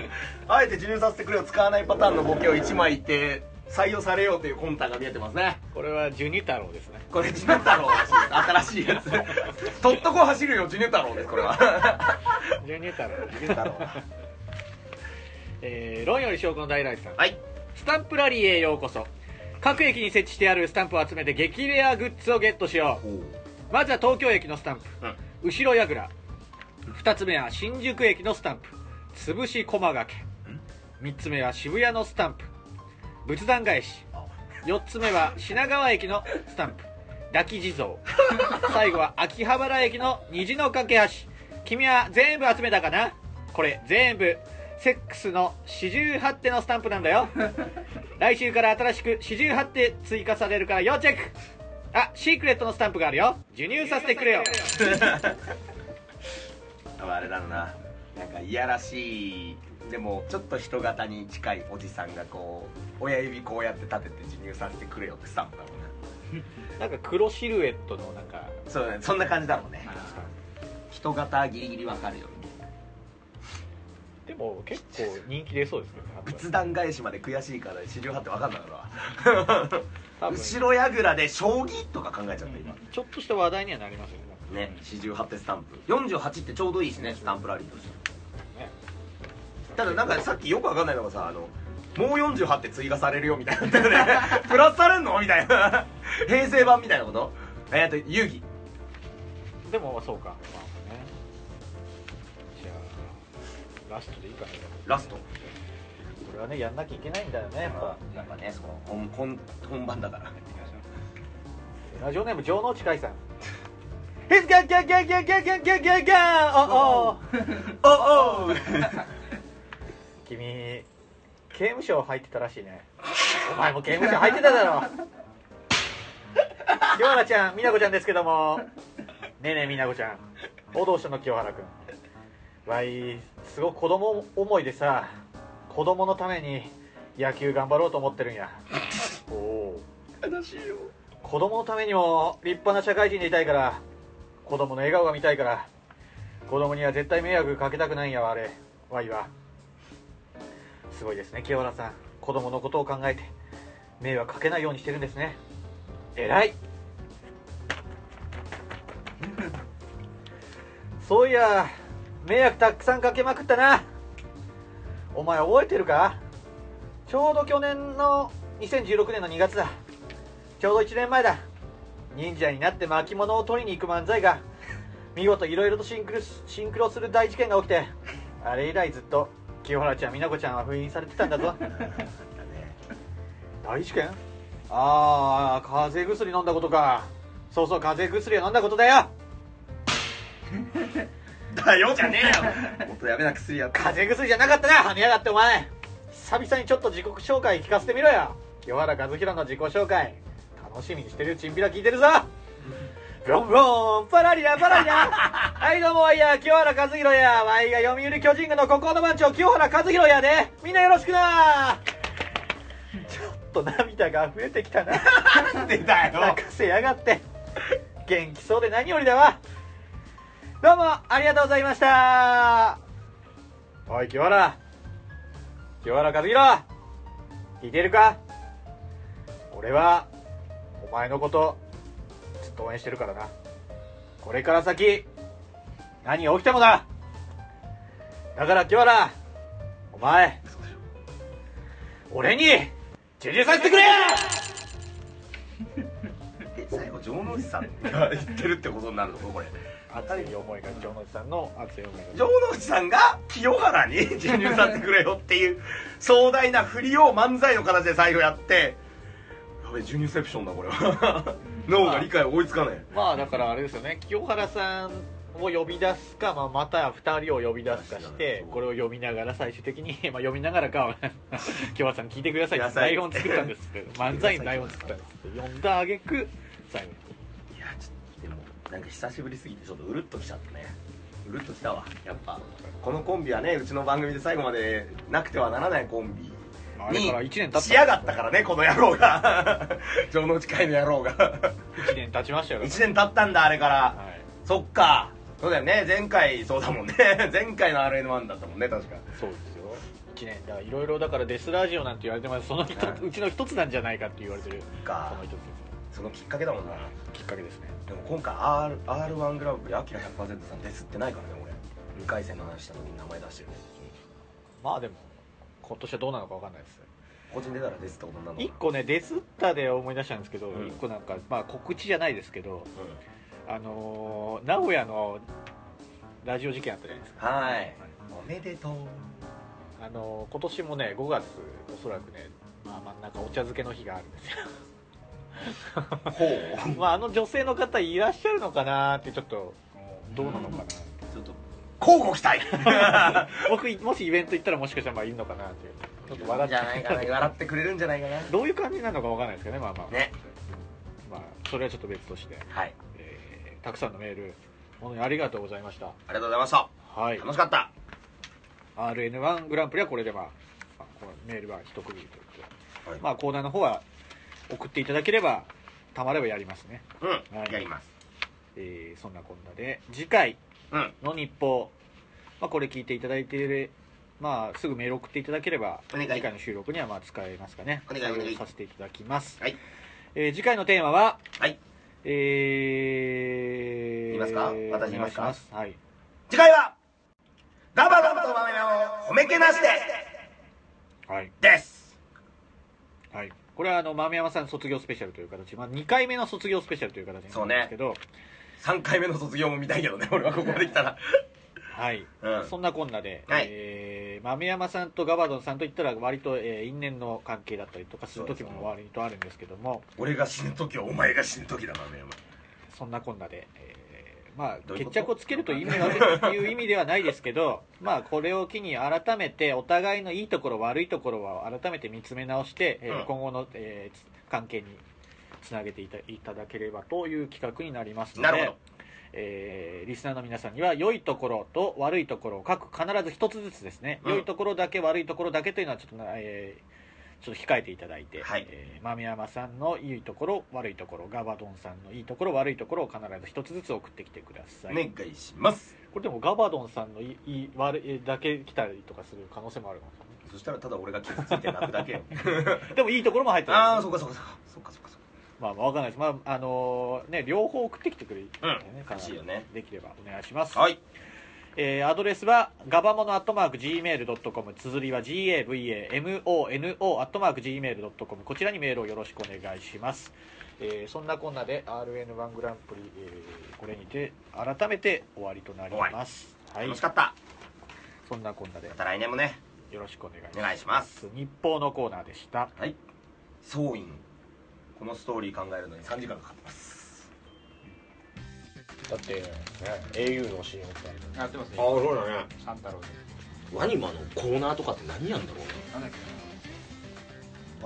Speaker 2: えて授乳させてくれを使わないパターンのボケを1枚言って、採用されようという魂胆が見えてますね。
Speaker 1: これは授乳太郎ですね
Speaker 2: これ、ジュネ太郎です新しいやつ。とっとこ走るよ、ジュネ太郎です、これは。
Speaker 1: 授乳太郎
Speaker 2: ジュネ太郎。
Speaker 1: えー、論より証拠の大来さん
Speaker 2: はい。
Speaker 1: スタンプラリーへようこそ各駅に設置してあるスタンプを集めて激レアグッズをゲットしようまずは東京駅のスタンプ、後ろやぐら2つ目は新宿駅のスタンプ潰し駒掛け3つ目は渋谷のスタンプ仏壇返し4つ目は品川駅のスタンプ抱き地蔵最後は秋葉原駅の虹の架け橋君は全部集めたかなこれ全部セックスの四十八手のスタンプなんだよ来週から新しく四十八手追加されるから要チェックあシークレットのスタンプがあるよ授乳させてくれよ
Speaker 2: あれだな。なんか、いやらしい。でも、ちょっと人型に近いおじさんがこう、親指こうやって立てて授乳させてくれよってスタンプだろうね。
Speaker 1: なんか黒シルエットのなんか
Speaker 2: そうだね、そんな感じだろうね。人型ギリギリわかるよみたいな。
Speaker 1: でも結構人気出そうですけどね
Speaker 2: 仏壇返しまで悔しいから四十八って分かんなかったわ
Speaker 1: 多分
Speaker 2: 後ろやぐらで将棋とか考えちゃった今
Speaker 1: ちょっとした話題にはなりますよ
Speaker 2: ね四十八ってスタンプ四十八ってちょうどいいしねスタンプラリーとして
Speaker 1: ねね
Speaker 2: ただなんかさっきよく分かんないのがさあのもう48って追加されるよみたいなのあったよね プラスされんのみたいな平成版みたいなことえっ、と遊戯
Speaker 1: でもそうかまあねじゃあラストでいいかなこ
Speaker 2: ラスト
Speaker 1: れはねやんなきゃいけないんだよねやっぱ
Speaker 2: やっぱねその本本本番だから
Speaker 1: ラジオネーム城之内海さんヒズガンガンガンガンガンガンガンガンガンおお
Speaker 2: おお
Speaker 1: 君刑務所入ってたらしいねお前も刑務所入ってただろ清原ちゃん美奈子ちゃんですけどもねえねえ美奈子ちゃん報道所の清原君わいすごく子供思いでさ子供のために野球頑張ろうと思ってるんやおお
Speaker 2: 悲しいよ
Speaker 1: 子供のためにも立派な社会人でいたいから子供の笑顔が見たいから子供には絶対迷惑かけたくないんやわあれワイはすごいですね清原さん子供のことを考えて迷惑かけないようにしてるんですね偉いそういや迷惑たくさんかけまくったなお前覚えてるかちょうど去年の2016年の2月だちょうど1年前だ忍者になって巻物を取りに行く漫才が 見事いろいろとシンクロシンクロする大事件が起きてあれ以来ずっと清原ちゃん美奈子ちゃんは封印されてたんだぞ大事件ああ風邪薬飲んだことかそうそう風邪薬を飲んだことだよ
Speaker 2: だよじゃねえよもっとやめな薬やって
Speaker 1: 風邪薬じゃなかったな跳ねやがってお前久々にちょっと自己紹介聞かせてみろよ清原和弘の自己紹介楽しみにしてるよチンピラ聞いてるぞブロンブロンパラリラパラリラはいどうもワイヤー清原和弘やワイが読売巨人軍の孤高の番長清原和弘やでみんなよろしくなちょっと涙が溢れてきたな
Speaker 2: なんでだよ
Speaker 1: 泣かせやがって元気そうで何よりだわどうもありがとうございましたおい清原清原和弘聞いてるか俺はお前のことずっと応援してるからなこれから先何が起きてもだだから清原お前俺に充実させてくれ
Speaker 2: 最後城之内さんが言ってるってことになるのかこれ
Speaker 1: 熱い思いが城之内さんの熱い思いが
Speaker 2: 城之内さんが清原に授乳させてくれよっていう壮大な振りを漫才の形で最後やってやべえ授乳セプションだこれ は脳が理解追いつかない
Speaker 1: まあだからあれですよね清原さんを呼び出すか、まあ、また2人を呼び出すかしてこれを読みながら最終的に、 まあ、読みながらかは清原さん聞いてくださいって台本作ったんですけ ど漫才の台本作ったんですって読んだあげく最後に
Speaker 2: いやちょっとでもなんか久しぶりすぎてちょっとうるっときちゃったねうるっときたわやっぱこのコンビはねうちの番組で最後までなくてはならないコンビ
Speaker 1: まああれから一年経った
Speaker 2: しやがったからねこの野郎が 城之内会の野郎 が
Speaker 1: 1年経ちましたよ
Speaker 2: 1年経ったんだあれから、
Speaker 1: はい
Speaker 2: そっかそうだよね前回そうだもんね 前回の RN1 だったもんね確か
Speaker 1: そうですよ1年だいろいろだからデスラジオなんて言われてますその一つ、
Speaker 2: はいう
Speaker 1: ちの一つなんじゃないかって言われてるそ
Speaker 2: か
Speaker 1: の一つで
Speaker 2: そのきっかけだもんな
Speaker 1: すきっかけですね
Speaker 2: でも今回 R R1 グランプリアキラ100%さんですってないからね俺2回戦の話した時に名前出してるね
Speaker 1: まあでも今年はどうなのか分かんないです
Speaker 2: 個人出たらですってことになるのかな
Speaker 1: 一個ねデスったで思い出したんですけど、
Speaker 2: うん
Speaker 1: 一個なんか、まあ、告知じゃないですけど、
Speaker 2: うん
Speaker 1: あのー名古屋のラジオ事件あったじゃないですか、
Speaker 2: はいおめでとう
Speaker 1: あのー今年もね5月おそらくね、まあ、真ん中お茶漬けの日があるんですよ
Speaker 2: ほう
Speaker 1: まああの女性の方いらっしゃるのかなってちょっとどうなのかな
Speaker 2: ちょっと交互期待
Speaker 1: 僕もしイベント行ったらもしかしたらまあいるのかなっていうちょっと笑っ
Speaker 2: じゃないかな笑ってくれるんじゃないかな
Speaker 1: どういう感じなのかわかんないですけどねまあまあ、
Speaker 2: ね
Speaker 1: まあ、それはちょっと別として、
Speaker 2: はい
Speaker 1: えーたくさんのメール本当にありがとうございました
Speaker 2: ありがとうございました
Speaker 1: はい
Speaker 2: 楽しかった
Speaker 1: RN1 グランプリはこれでまあ、まあこのメールは一区切りということで、
Speaker 2: はい
Speaker 1: まあコーナーの方は送っていただければたまればやりますね、
Speaker 2: うん、
Speaker 1: はい
Speaker 2: やります
Speaker 1: えーそんなこんなで次回
Speaker 2: うん
Speaker 1: の日報、まあ、これ聞いていただいているまあすぐメール送っていただければ
Speaker 2: お願い
Speaker 1: 次回の収録にはまあ使えますかね
Speaker 2: お願いお願い
Speaker 1: 採用させていただきます、
Speaker 2: はい
Speaker 1: えー次回のテーマは
Speaker 2: はい
Speaker 1: えー、
Speaker 2: 言いますか私言いますか
Speaker 1: お願しはい
Speaker 2: 次回はガバガバと豆を褒めけなして
Speaker 1: はい
Speaker 2: です
Speaker 1: はい、これはあの豆山さん卒業スペシャルという形、まあ、2回目の卒業スペシャルという形になるんですけど、
Speaker 2: 3回目の卒業も見たいけどね俺はここまで来たら
Speaker 1: はい
Speaker 2: うん
Speaker 1: そんなこんなで、
Speaker 2: はい
Speaker 1: えー豆山さんとガバドンさんといったら割と、えー因縁の関係だったりとかする時も割とあるんですけども
Speaker 2: 俺が死ぬ時はお前が死ぬ時だ豆山
Speaker 1: そんなこんなで、えーまあ、
Speaker 2: どういう
Speaker 1: 決
Speaker 2: こ
Speaker 1: 着
Speaker 2: と
Speaker 1: をつけるという意味はいう意味ではないですけ ど、まあ、これを機に改めてお互いのいいところ悪いところは改めて見つめ直して、えー
Speaker 2: うん
Speaker 1: 今後の、えーつ関係につなげていたいただければという企画になりますの
Speaker 2: なるほ
Speaker 1: で
Speaker 2: ど。
Speaker 1: えーリスナーの皆さんには良いところと悪いところを各必ず一つずつですね、
Speaker 2: うん
Speaker 1: 良いところだけ悪いところだけというのはちょっとな、えちょっと控えていただいて、
Speaker 2: はい
Speaker 1: えー豆山さんのいいところ悪いところガバドンさんのいいところ悪いところを必ず一つずつ送ってきてください、
Speaker 2: お願いします
Speaker 1: これでもガバドンさんのいいいい悪いだけ来たりとかする可能性もあるのか
Speaker 2: そしたらただ俺が傷ついて泣くだけよ
Speaker 1: なでもいいところも入ってる
Speaker 2: ああそっかそっかそっかそっかそっか
Speaker 1: まあまあわかんないですまああのーね両方送ってきてくれる
Speaker 2: うん
Speaker 1: 必ず
Speaker 2: 欲しいよね
Speaker 1: できればお願いします、
Speaker 2: はい
Speaker 1: えーアドレスはガバモノアットマーク Gmail.com 綴りは GAVAMONO アットマーク Gmail.com こちらにメールをよろしくお願いします、えーそんなこんなで RN1 グランプリ、えーこれにて改めて終わりとなりますはい
Speaker 2: 楽しかった
Speaker 1: そんなこんなで
Speaker 2: また来年もね
Speaker 1: よろしくお願いします
Speaker 2: お願いします
Speaker 1: 日報のコーナーでした
Speaker 2: はい総員このストーリー考えるのに3時間かかってます
Speaker 1: だって、ね、au の CM って
Speaker 3: やってますね
Speaker 2: そうだね
Speaker 3: 三太郎で
Speaker 4: ワニマのコーナーとかって何やんだろうね
Speaker 3: なんだっけ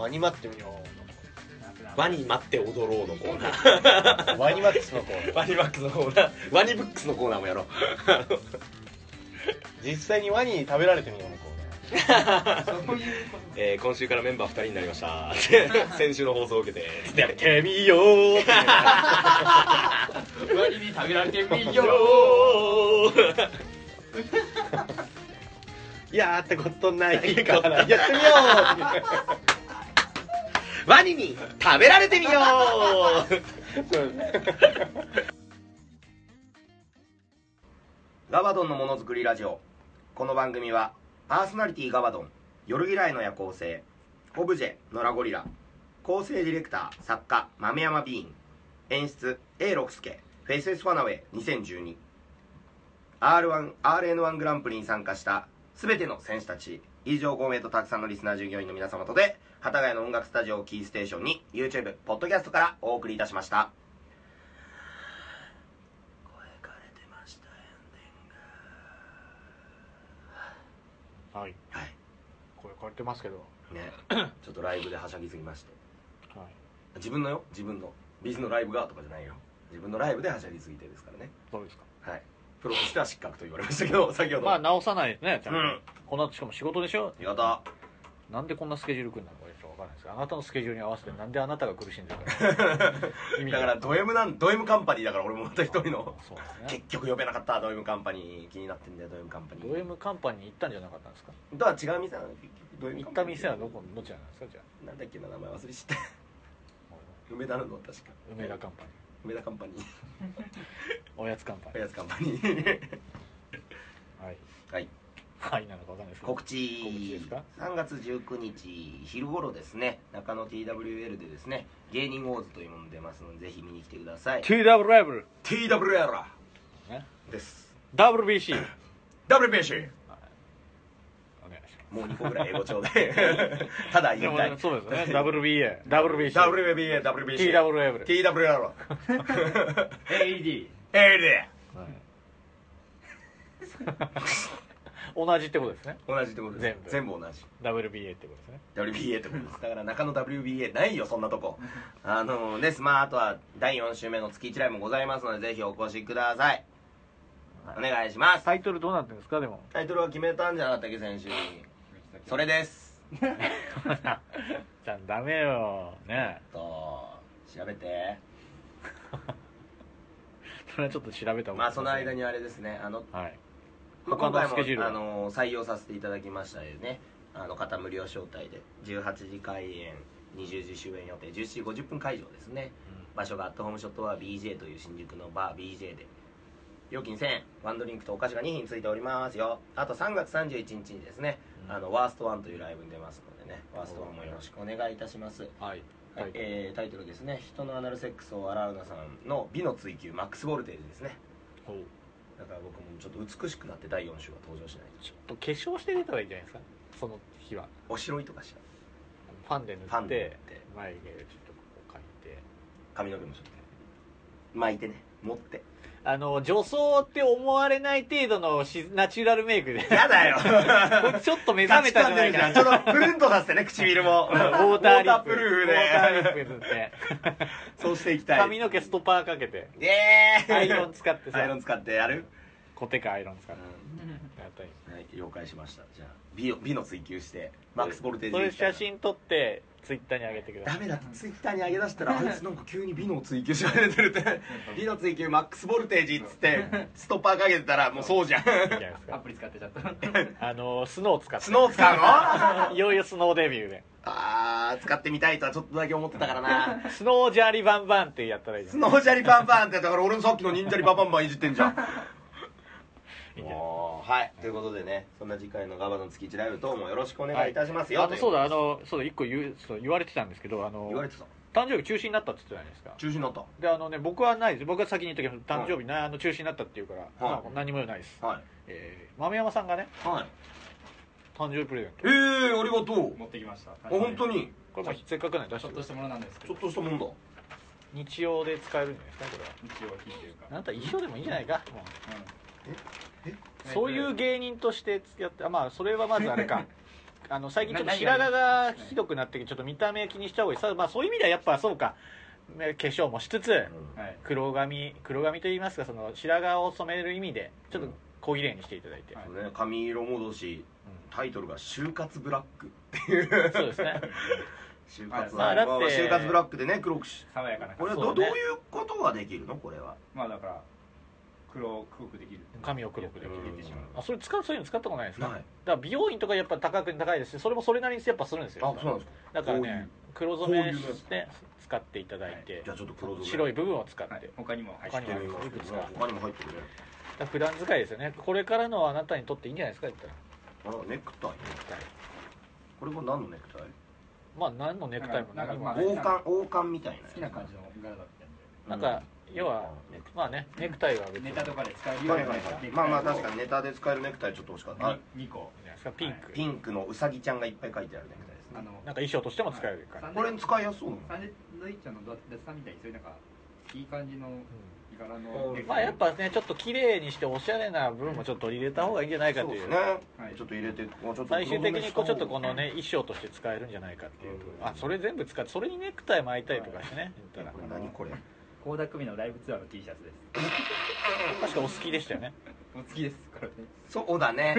Speaker 1: ワニマってみよ
Speaker 4: ワニマって踊ろうのコーナー
Speaker 1: うワニマックスのコーナー
Speaker 4: ワニマックスのコーナーワニブックスのコーナーもやろう
Speaker 1: 実際にワニ食べられてみようのコーナー
Speaker 3: そういうこ
Speaker 4: えー今週からメンバー2人になりました 先週の放送を受けて「やってみ よう」
Speaker 3: と割に食べられてみよ
Speaker 4: やったことないからやってみようワニに食べられてみよう
Speaker 2: ガバドンのものづくりラジオこの番組はパーソナリティガバドン夜嫌いの夜行性オブジェノラゴリラ構成ディレクター作家豆山ビーン演出 A 六輔フェイスエスファナウェイ 2012RN1 グランプリに参加した全ての選手たち以上5名とたくさんのリスナー従業員の皆様とで幡ヶ谷の音楽スタジオをキーステーションに YouTube ポッドキャストからお送りいたしました声枯れてました
Speaker 1: はい
Speaker 2: はい
Speaker 1: これ変わってますけど、
Speaker 2: ねちょっとライブではしゃぎすぎまして
Speaker 1: はい、
Speaker 2: 自分のよ自分のビズのライブがとかじゃないよ自分のライブではしゃぎすぎてですからね
Speaker 1: どうですか
Speaker 2: はいプロとしては失格と言われましたけど先ほ ど
Speaker 1: まあ直さないですねちゃんと、
Speaker 2: うん
Speaker 1: この後しかも仕事でしょ
Speaker 2: 見事
Speaker 1: なんでこんなスケジュール組んだのかちょっとわかんないですけどあなたのスケジュールに合わせてなんであなたが苦しんでる か意味
Speaker 2: だからド M なんド M カンパニーだから俺もまた一人の
Speaker 1: そうですね
Speaker 2: 結局呼べなかったド M カンパニー気になってんだよド M カンパニー
Speaker 1: ド M カンパニーに行ったんじゃなかったんですか
Speaker 2: とは違う店なの結局ド M
Speaker 1: 行
Speaker 2: カ
Speaker 1: っ
Speaker 2: ン
Speaker 1: た
Speaker 2: パニー
Speaker 1: 店はどこどちらなんですかじゃ
Speaker 2: なんだっけな名前忘れした 梅田なの確か
Speaker 1: あ梅田カンパニ
Speaker 2: 梅田カンパ ニー
Speaker 1: ーおやつカンパ
Speaker 2: お
Speaker 1: ニ
Speaker 2: やつカンパニー
Speaker 1: ーはい
Speaker 2: はい
Speaker 1: はいなのかわかんないですけど
Speaker 2: 告知
Speaker 1: 告知ですか
Speaker 2: 3月19日昼頃ですね中野 TWL でですね芸人ウォーズというもの出ますのでぜひ見に来てください
Speaker 1: 2W ライブル
Speaker 2: TWL
Speaker 1: ね
Speaker 2: です
Speaker 1: WBC
Speaker 2: WBC
Speaker 1: お願いしま
Speaker 2: もう2個ぐらい英語帳 でた
Speaker 1: す
Speaker 2: だ
Speaker 1: で
Speaker 2: 言い
Speaker 1: も
Speaker 2: た
Speaker 1: ね
Speaker 2: い
Speaker 1: そうです ね WBA WBC
Speaker 2: WBA WBC
Speaker 1: TWL
Speaker 2: TWL
Speaker 3: う AED
Speaker 2: えで
Speaker 1: はい 同じってことですね
Speaker 2: 同じってことです
Speaker 1: 全
Speaker 2: 全部同じ
Speaker 1: WBA ってことですね
Speaker 2: WBA ってことですだから中野 WBA ないよそんなとこあのですまああとは第4週目の月1ライブもございますのでぜひお越しくださいお願いします
Speaker 1: タイトルどうなってるんですかでも
Speaker 2: タイトルは決めたんじゃなかったっけ先週にそれです
Speaker 1: じゃあダメよね
Speaker 2: と調べて
Speaker 1: それはちょっと調べた方が
Speaker 2: まあその間
Speaker 1: に
Speaker 2: にあれですねあの、
Speaker 1: はい
Speaker 2: まあ
Speaker 1: 他
Speaker 2: 今
Speaker 1: の
Speaker 2: 回
Speaker 1: スケジュール
Speaker 2: も
Speaker 1: は
Speaker 2: あの採用させていただきましたよねあの方無料招待で18時開演20時終演予定17時50分会場ですね、場所がアットホームショットは BJ という新宿のバー BJ で料金1000円ワンドリンクとお菓子が2品ついておりますよあと3月31日にですね、あのワーストワンというライブに出ますのでねワーストワンもよろしくお願いいたします
Speaker 1: はい
Speaker 2: はいえータイトルですね「人のアナルセックスを洗うなさんの美の追求マックスボルテージ」ですね
Speaker 1: ほう
Speaker 2: だから僕もちょっと美しくなって第4週は登場しない
Speaker 1: ちょっと化粧して出たらいいんじゃないですかその日は
Speaker 2: おしろいとかしら
Speaker 1: ファンで塗
Speaker 2: ファ
Speaker 1: っ
Speaker 2: ン
Speaker 1: て
Speaker 2: で塗って
Speaker 1: 眉毛ちょっとこう描いて
Speaker 2: 髪の毛もちょっと巻いてね 持って
Speaker 1: あの女装って思われない程度のしナチュラルメイク で
Speaker 2: やだよ
Speaker 1: これちょっと目覚めたじゃないか
Speaker 2: ちょっとプルンとさせてね唇も
Speaker 1: ウォーターリップ
Speaker 2: ウォータープル
Speaker 1: ウ
Speaker 2: ー
Speaker 1: ォーターリ
Speaker 2: で
Speaker 1: ップ塗って
Speaker 2: そうしていきたい
Speaker 1: 髪の毛ストッパーかけて
Speaker 2: えー
Speaker 1: アイロン使ってさ
Speaker 2: アイロン使ってやる
Speaker 1: コテかアイロン使って、ねやっぱり
Speaker 2: はい、了解しましたじゃあ美を美の追求してマックスボルテージ
Speaker 1: それ
Speaker 2: みた
Speaker 1: 写
Speaker 2: いな
Speaker 1: 真撮ってツイッターに上げてくださ
Speaker 2: ダ
Speaker 1: い
Speaker 2: メだってツイッターに上げ出したらあいつなんか急に美の追求し始めてるって美の追求マックスボルテージっつってストッパーかけてたらもうそうじゃん
Speaker 1: いいじゃないです
Speaker 3: ア
Speaker 1: か
Speaker 3: プリ使ってちゃった
Speaker 1: あのスノー使って
Speaker 2: スノー使うのあ
Speaker 1: いよいよスノーデビューで
Speaker 2: ー使ってみたいとはちょっとだけ思ってたからな
Speaker 1: スノージャーリバンバンってやったらいいじゃ
Speaker 2: ス
Speaker 1: ん
Speaker 2: ノージャリパンパンってだから俺のさっきの忍者リパパンパンいじってんじゃん
Speaker 1: いいんじゃない
Speaker 2: もうはいということでねそんな次回のガバの月一ライブ等もよろしくお願いいたしますよ、
Speaker 1: あのそうだあ
Speaker 2: とい
Speaker 1: のそうだ一個言うそう言われてたんですけどあの
Speaker 2: 言われてた
Speaker 1: 誕生日中止になったって言ってたじゃないですか
Speaker 2: 中止になった
Speaker 1: であのね僕はないです僕が先に言ったけど誕生日な、あの中止になったっていうから、まあ何もないです、
Speaker 2: はい
Speaker 1: えー豆山さんがね
Speaker 2: はい
Speaker 1: 誕生日プレゼン
Speaker 2: ええ
Speaker 1: ト
Speaker 2: ー、ありがとう
Speaker 3: 持ってきました
Speaker 2: あ本当
Speaker 3: に
Speaker 2: に
Speaker 1: これもうせっかくなんで出し
Speaker 3: ち
Speaker 1: て
Speaker 3: ょ
Speaker 1: くだ
Speaker 3: っとし
Speaker 1: さい
Speaker 3: たものなんですけ
Speaker 2: ちょ
Speaker 3: ど
Speaker 2: っとしたもんだ
Speaker 1: 日曜で使えるんじゃないですかこれは
Speaker 3: 一応聞いてるか
Speaker 1: あなた衣装でもいいんじゃないかもう
Speaker 2: え
Speaker 1: そういう芸人としてやってあまあそれはまずあれ かあの最近ちょっと
Speaker 3: な
Speaker 1: 白髪がひどくなってきてちょっと見た目気にした方がいいさ、まあ、そういう意味ではやっぱそうかね化粧もしつつ
Speaker 3: うんはい
Speaker 1: 黒髪黒髪といいますかその白髪を染める意味でちょっと小綺麗にしていただいて、
Speaker 3: はい
Speaker 2: ね、髪色戻しタイトルが「就活ブラック」
Speaker 1: うんそうですね
Speaker 2: 就活
Speaker 1: まあだって
Speaker 2: 就活ブラックでね黒くし
Speaker 3: 爽やかな
Speaker 2: これは
Speaker 1: そう
Speaker 3: 感じ
Speaker 2: ど,、
Speaker 1: ね
Speaker 2: どういうことができるのこれは
Speaker 3: まあだから黒黒くできる
Speaker 1: 髪を黒くできる
Speaker 3: 言ってしまう
Speaker 1: あそれ使うそういうの使ったことないですか
Speaker 2: ない
Speaker 1: だから美容院とかやっぱ高く高いですしそれもそれなりにやっぱするんですよ
Speaker 2: あそうなんですか
Speaker 1: だから
Speaker 2: こういう
Speaker 1: ね黒染め
Speaker 2: こういうの
Speaker 1: して使っていただいて、
Speaker 2: じゃあちょっと黒染め
Speaker 1: 白い部分を使って、
Speaker 3: はい他にも入
Speaker 1: 他
Speaker 3: っ
Speaker 1: に
Speaker 3: て
Speaker 1: も
Speaker 3: る
Speaker 1: いくつか
Speaker 2: 他にも入ってるね
Speaker 1: だから普段使いですよねこれからのあなたにとっていいんじゃないですか言ったら
Speaker 2: あネクタイね
Speaker 1: ネクタイ
Speaker 2: これは何のネクタイ
Speaker 1: まあ何のネクタイも何も
Speaker 3: なんか
Speaker 2: 王冠王冠みたいな
Speaker 3: 好
Speaker 2: やつ
Speaker 3: きな感じの柄だったんで
Speaker 1: なんか要は
Speaker 2: ネクタ
Speaker 1: まあねネクタイは別にいい
Speaker 3: ネ
Speaker 1: んじ
Speaker 3: タ
Speaker 1: ゃ
Speaker 3: とかで使える
Speaker 2: イ
Speaker 3: よう
Speaker 2: はい
Speaker 3: な
Speaker 2: はいはいまあまあ確かにネタで使えるネクタイちょっと欲しかったあ
Speaker 3: に2個
Speaker 1: ないですかピンク、
Speaker 2: ピンクのウサギちゃんがいっぱい書いてあるネクタイです
Speaker 3: あ
Speaker 2: ね
Speaker 3: の
Speaker 1: なんか衣装としても使えるから、
Speaker 3: はい
Speaker 2: これ使いやすそうなの
Speaker 3: サンデドイッチャーのダダツさんみたいにそういうなんかいい感じの
Speaker 1: う
Speaker 3: 柄
Speaker 2: う
Speaker 3: の
Speaker 2: ん
Speaker 1: んまあやっぱねちょっと綺麗にしておしゃれな部分もちょっと入れた方がいいんじゃないか
Speaker 2: そ
Speaker 1: と
Speaker 2: う
Speaker 1: い
Speaker 2: で
Speaker 1: う
Speaker 2: すね
Speaker 3: はい
Speaker 2: ちょっと入れてもうちょっと
Speaker 1: 最終的にこうちょっと
Speaker 2: こ
Speaker 1: このね衣装として使えるんじゃないかっていうところ
Speaker 2: うん
Speaker 1: あそれ全部使ってそれにネクタイ巻いたりとかしてね言ったら
Speaker 2: れ何これ
Speaker 3: 高田組のライブツアーの T シャツです
Speaker 1: 確かお好きでしたよね
Speaker 3: お好きですこれね
Speaker 2: そうだ ね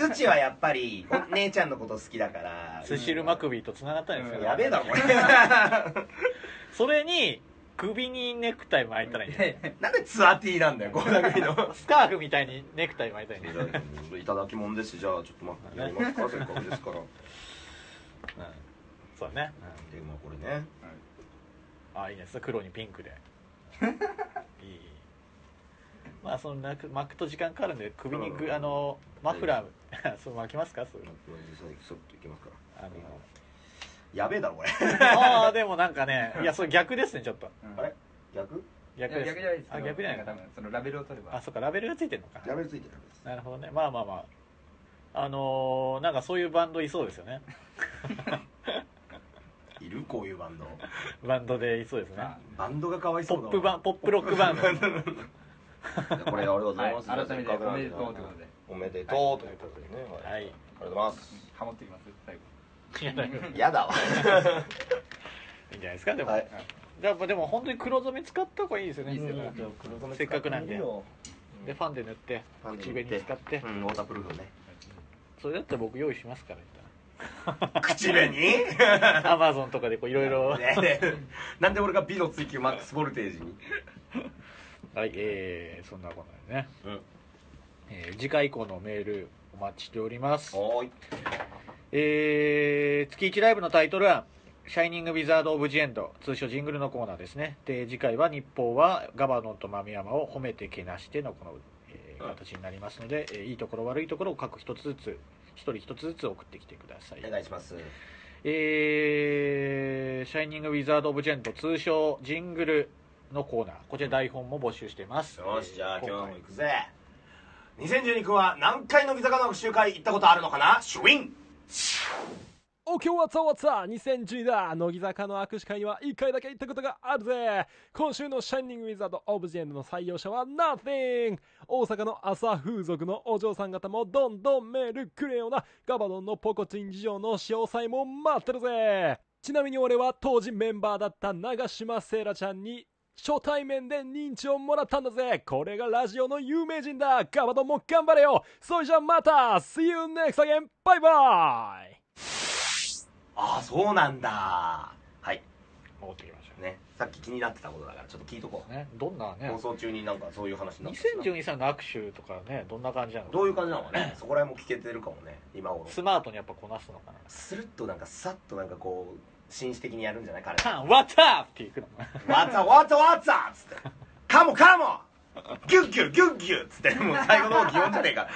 Speaker 2: ううちはやっぱりお姉ちゃんのこと好きだから
Speaker 1: セシル・マクビーと繋がったんですけど、
Speaker 3: ビ
Speaker 2: やべえだろ これ
Speaker 1: それに首にネクタイ巻いたらいいんじゃない
Speaker 2: なんでツアーティーなんだよこ田組の
Speaker 1: スカーフみたいにネクタイ巻いたりね
Speaker 2: いただきもんですしじゃあちょっとまあやりますかせっかくですから
Speaker 1: そうね、
Speaker 2: でまあこれね
Speaker 1: ああいいです黒にピンク でいいまあそのなく巻くと時間かかるんで首に
Speaker 2: うん
Speaker 1: ぐあのマフラー そう巻きますかそういうの
Speaker 2: そっといきますか
Speaker 1: あの
Speaker 2: やべえだろこれ
Speaker 1: ああでもなんかねいやそれ逆ですねちょっと
Speaker 3: うん
Speaker 2: あれ逆
Speaker 1: 逆
Speaker 3: い
Speaker 1: です
Speaker 3: や逆じゃないですけ
Speaker 1: あ
Speaker 3: ど
Speaker 1: 逆じゃない
Speaker 3: んか
Speaker 1: か
Speaker 3: 多分そのラベルを取れば
Speaker 1: あそっかラベルがついてるのか
Speaker 2: やべえついてるんです
Speaker 1: なるほどねまあまあまああのーなんかそういうバンドいそうですよね
Speaker 2: いるこういうバンド
Speaker 1: バンドでいそうですね
Speaker 3: あ
Speaker 2: バンドがかわい
Speaker 1: ポ
Speaker 2: そ
Speaker 1: ッ
Speaker 2: うだわ
Speaker 1: プバンポップロックバンド
Speaker 2: これありがとうございます、
Speaker 3: はい改めておめでとうということで
Speaker 2: おめでとうということでね、
Speaker 1: は
Speaker 2: はい
Speaker 1: い
Speaker 2: ありがとうございます
Speaker 3: ハモってきます最後
Speaker 1: いやなんかい
Speaker 2: やだわ
Speaker 1: いんじゃない ですかでも、
Speaker 2: はい
Speaker 1: やっぱでも本当に黒染め使った方がいいですよね
Speaker 3: いいですよね
Speaker 1: せっかくなんででファンで塗って口紅使って
Speaker 2: うんウォータープルーフね
Speaker 1: それだったら僕用意しますから
Speaker 2: 口紅
Speaker 1: 言ったらアマゾンとかでこういろいろ
Speaker 2: ねえなんで俺が美の追求マックスボルテージに
Speaker 1: はいえー、そんなことなんでね、
Speaker 2: うん
Speaker 1: えー次回以降のメールお待ちしております
Speaker 2: おーい
Speaker 1: えー、月1ライブのタイトルは「シャイニング・ウィザード・オブ・ジ・エンド」通称ジングルのコーナーですねで次回は日報はガバノンと豆山を褒めてけなしてのこの、えー
Speaker 2: うん
Speaker 1: 形になりますので、えーいいところ悪いところを各一つずつ一人一つずつ送ってきてください
Speaker 2: お願いします
Speaker 1: えーシャイニング・ウィザード・オブ・ジェント通称ジングルのコーナーこちら台本も募集してます
Speaker 2: よしじゃあ
Speaker 1: えー
Speaker 2: 今日
Speaker 1: 今
Speaker 2: も
Speaker 1: 回
Speaker 2: 行くぜ2012君は何回乃木坂の集会行ったことあるのかなシュウィン
Speaker 5: お今日はざわざ2010だ乃木坂の握手会には1回だけ行ったことがあるぜ今週のシャイニングウィザードオブジェンドの採用者は Nothing 大阪の朝風俗のお嬢さん方もどんどんメールくれよなガバドンのポコチン事情の詳細も待ってるぜちなみに俺は当時メンバーだった長島セイラちゃんに初対面で認知をもらったんだぜこれがラジオの有名人だガバドンも頑張れよそれじゃまた !See you next again! バイバイ
Speaker 2: ああそうなんだはい
Speaker 1: 戻ってきましたね
Speaker 2: ねさっき気になってたことだからちょっと聞いとこう
Speaker 1: ねどんなね
Speaker 2: 放送中になんかそういう話になったしな
Speaker 1: 2012年の握手とかねどんな感じなの
Speaker 2: どういう感じなのかねそこら辺も聞けてるかもね今頃
Speaker 1: スマートにやっぱこなすのかな
Speaker 2: スルッとなんかさっとなんかこう紳士的にやるんじゃ ない彼
Speaker 1: 「カン What's up!」っていくの
Speaker 2: わざわざわざっつって「カモカモ!」ギュッギュッギュッギュッつってもう最後の方擬音じゃねえか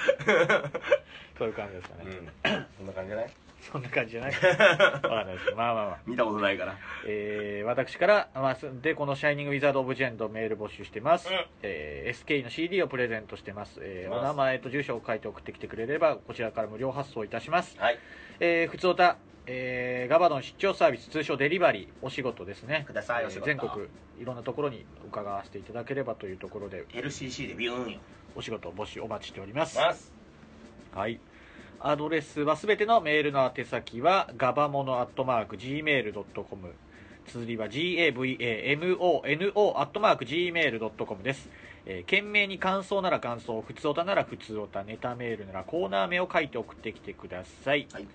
Speaker 1: そういう感じですかね、
Speaker 2: うんそんな感じじゃない
Speaker 1: そんな感じじゃ ないかなわかんないですけどまあまあまあ
Speaker 2: 見たことないから
Speaker 1: えー私から、まあ、すでこの「シャイニング・ウィザード・オブ・ジェンド」メール募集してます、
Speaker 2: うん
Speaker 1: えー SK の CD をプレゼントしてます、えー
Speaker 2: ます
Speaker 1: お名前と住所を書いて送ってきてくれればこちらから無料発送いたします、
Speaker 2: はい
Speaker 1: えー、普通おた、えーガバドン出張サービス通称デリバリーお仕事ですね
Speaker 2: くださ
Speaker 1: え
Speaker 2: い
Speaker 1: ー
Speaker 2: お仕事
Speaker 1: 全国いろんなところに伺わせていただければというところで
Speaker 2: LCC でビューンよ
Speaker 1: お仕事を募集お待ちしております
Speaker 2: ます
Speaker 1: はい。アドレスはすべてのメールの宛先は、ガバモノアットマーク Gmail.com。綴りは GAVAMONO アットマーク Gmail.com です。えー、件名に感想なら感想、普通おたなら普通おた、ネタメールならコーナー名を書いて送ってきてください。
Speaker 2: はい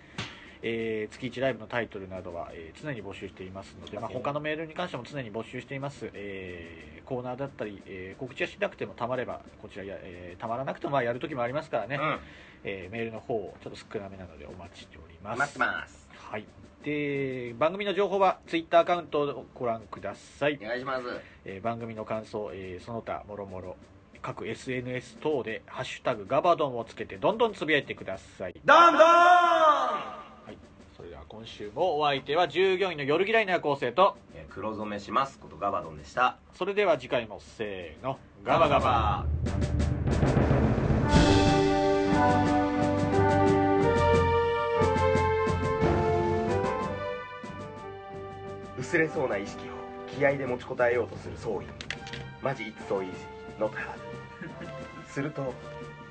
Speaker 1: えー月1ライブのタイトルなどは、えー常に募集していますので、まあ、他のメールに関しても常に募集しています、えーコーナーだったり、えー告知はしなくてもたまればこちらや、えーたまらなくてもまあやるときもありますからね、
Speaker 2: うん
Speaker 1: えーメールの方をちょっと少なめなのでお待ちしております
Speaker 2: 待ってます
Speaker 1: はいで番組の情報はツイッターアカウントをご覧ください
Speaker 2: お、願いします
Speaker 1: えー番組の感想、えーその他もろもろ各 SNS 等で「ハッシュタグガバドン」をつけてどんどんつぶやいてください
Speaker 2: どんどん
Speaker 1: それでは今週もお相手は従業員の夜嫌いな夜行性と
Speaker 2: えー黒染めしますことガバドンでした
Speaker 1: それでは次回もせーの
Speaker 2: ガ
Speaker 1: ガ
Speaker 2: バ
Speaker 1: バ
Speaker 2: ガ
Speaker 1: ガバ
Speaker 2: バ薄れそうな意識を気合で持ちこたえようとする総員マジ It's so easy not hard すると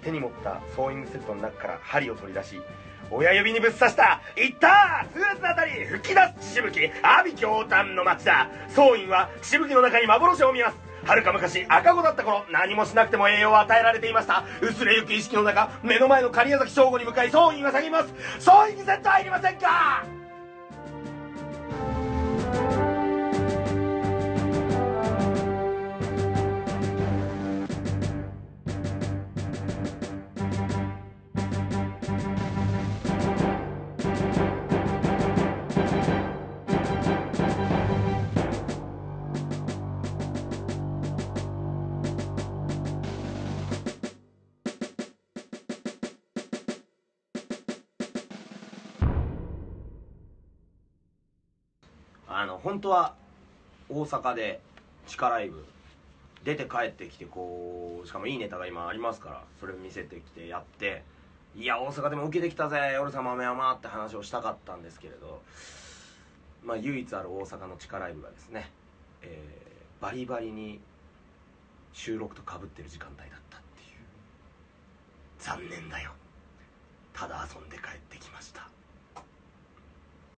Speaker 2: 手に持ったソーイングセットの中から針を取り出し親指にぶっ刺したいったー数列あたり吹き出す血しぶき阿鼻驚嘆の町だ総員はしぶきの中に幻を見ますはるか昔赤子だった頃何もしなくても栄養を与えられていました薄れゆく意識の中目の前の狩矢崎省吾に向かい総員は叫びます総員セット入りませんかあの本当は大阪で地下ライブ出て帰ってきてこうしかもいいネタが今ありますからそれ見せてきてやっていや大阪でも受けてきたぜ夜さ豆山って話をしたかったんですけれどまあ唯一ある大阪の地下ライブがですね、えーバリバリに収録とかぶってる時間帯だったっていう残念だよただ遊んで帰ってきました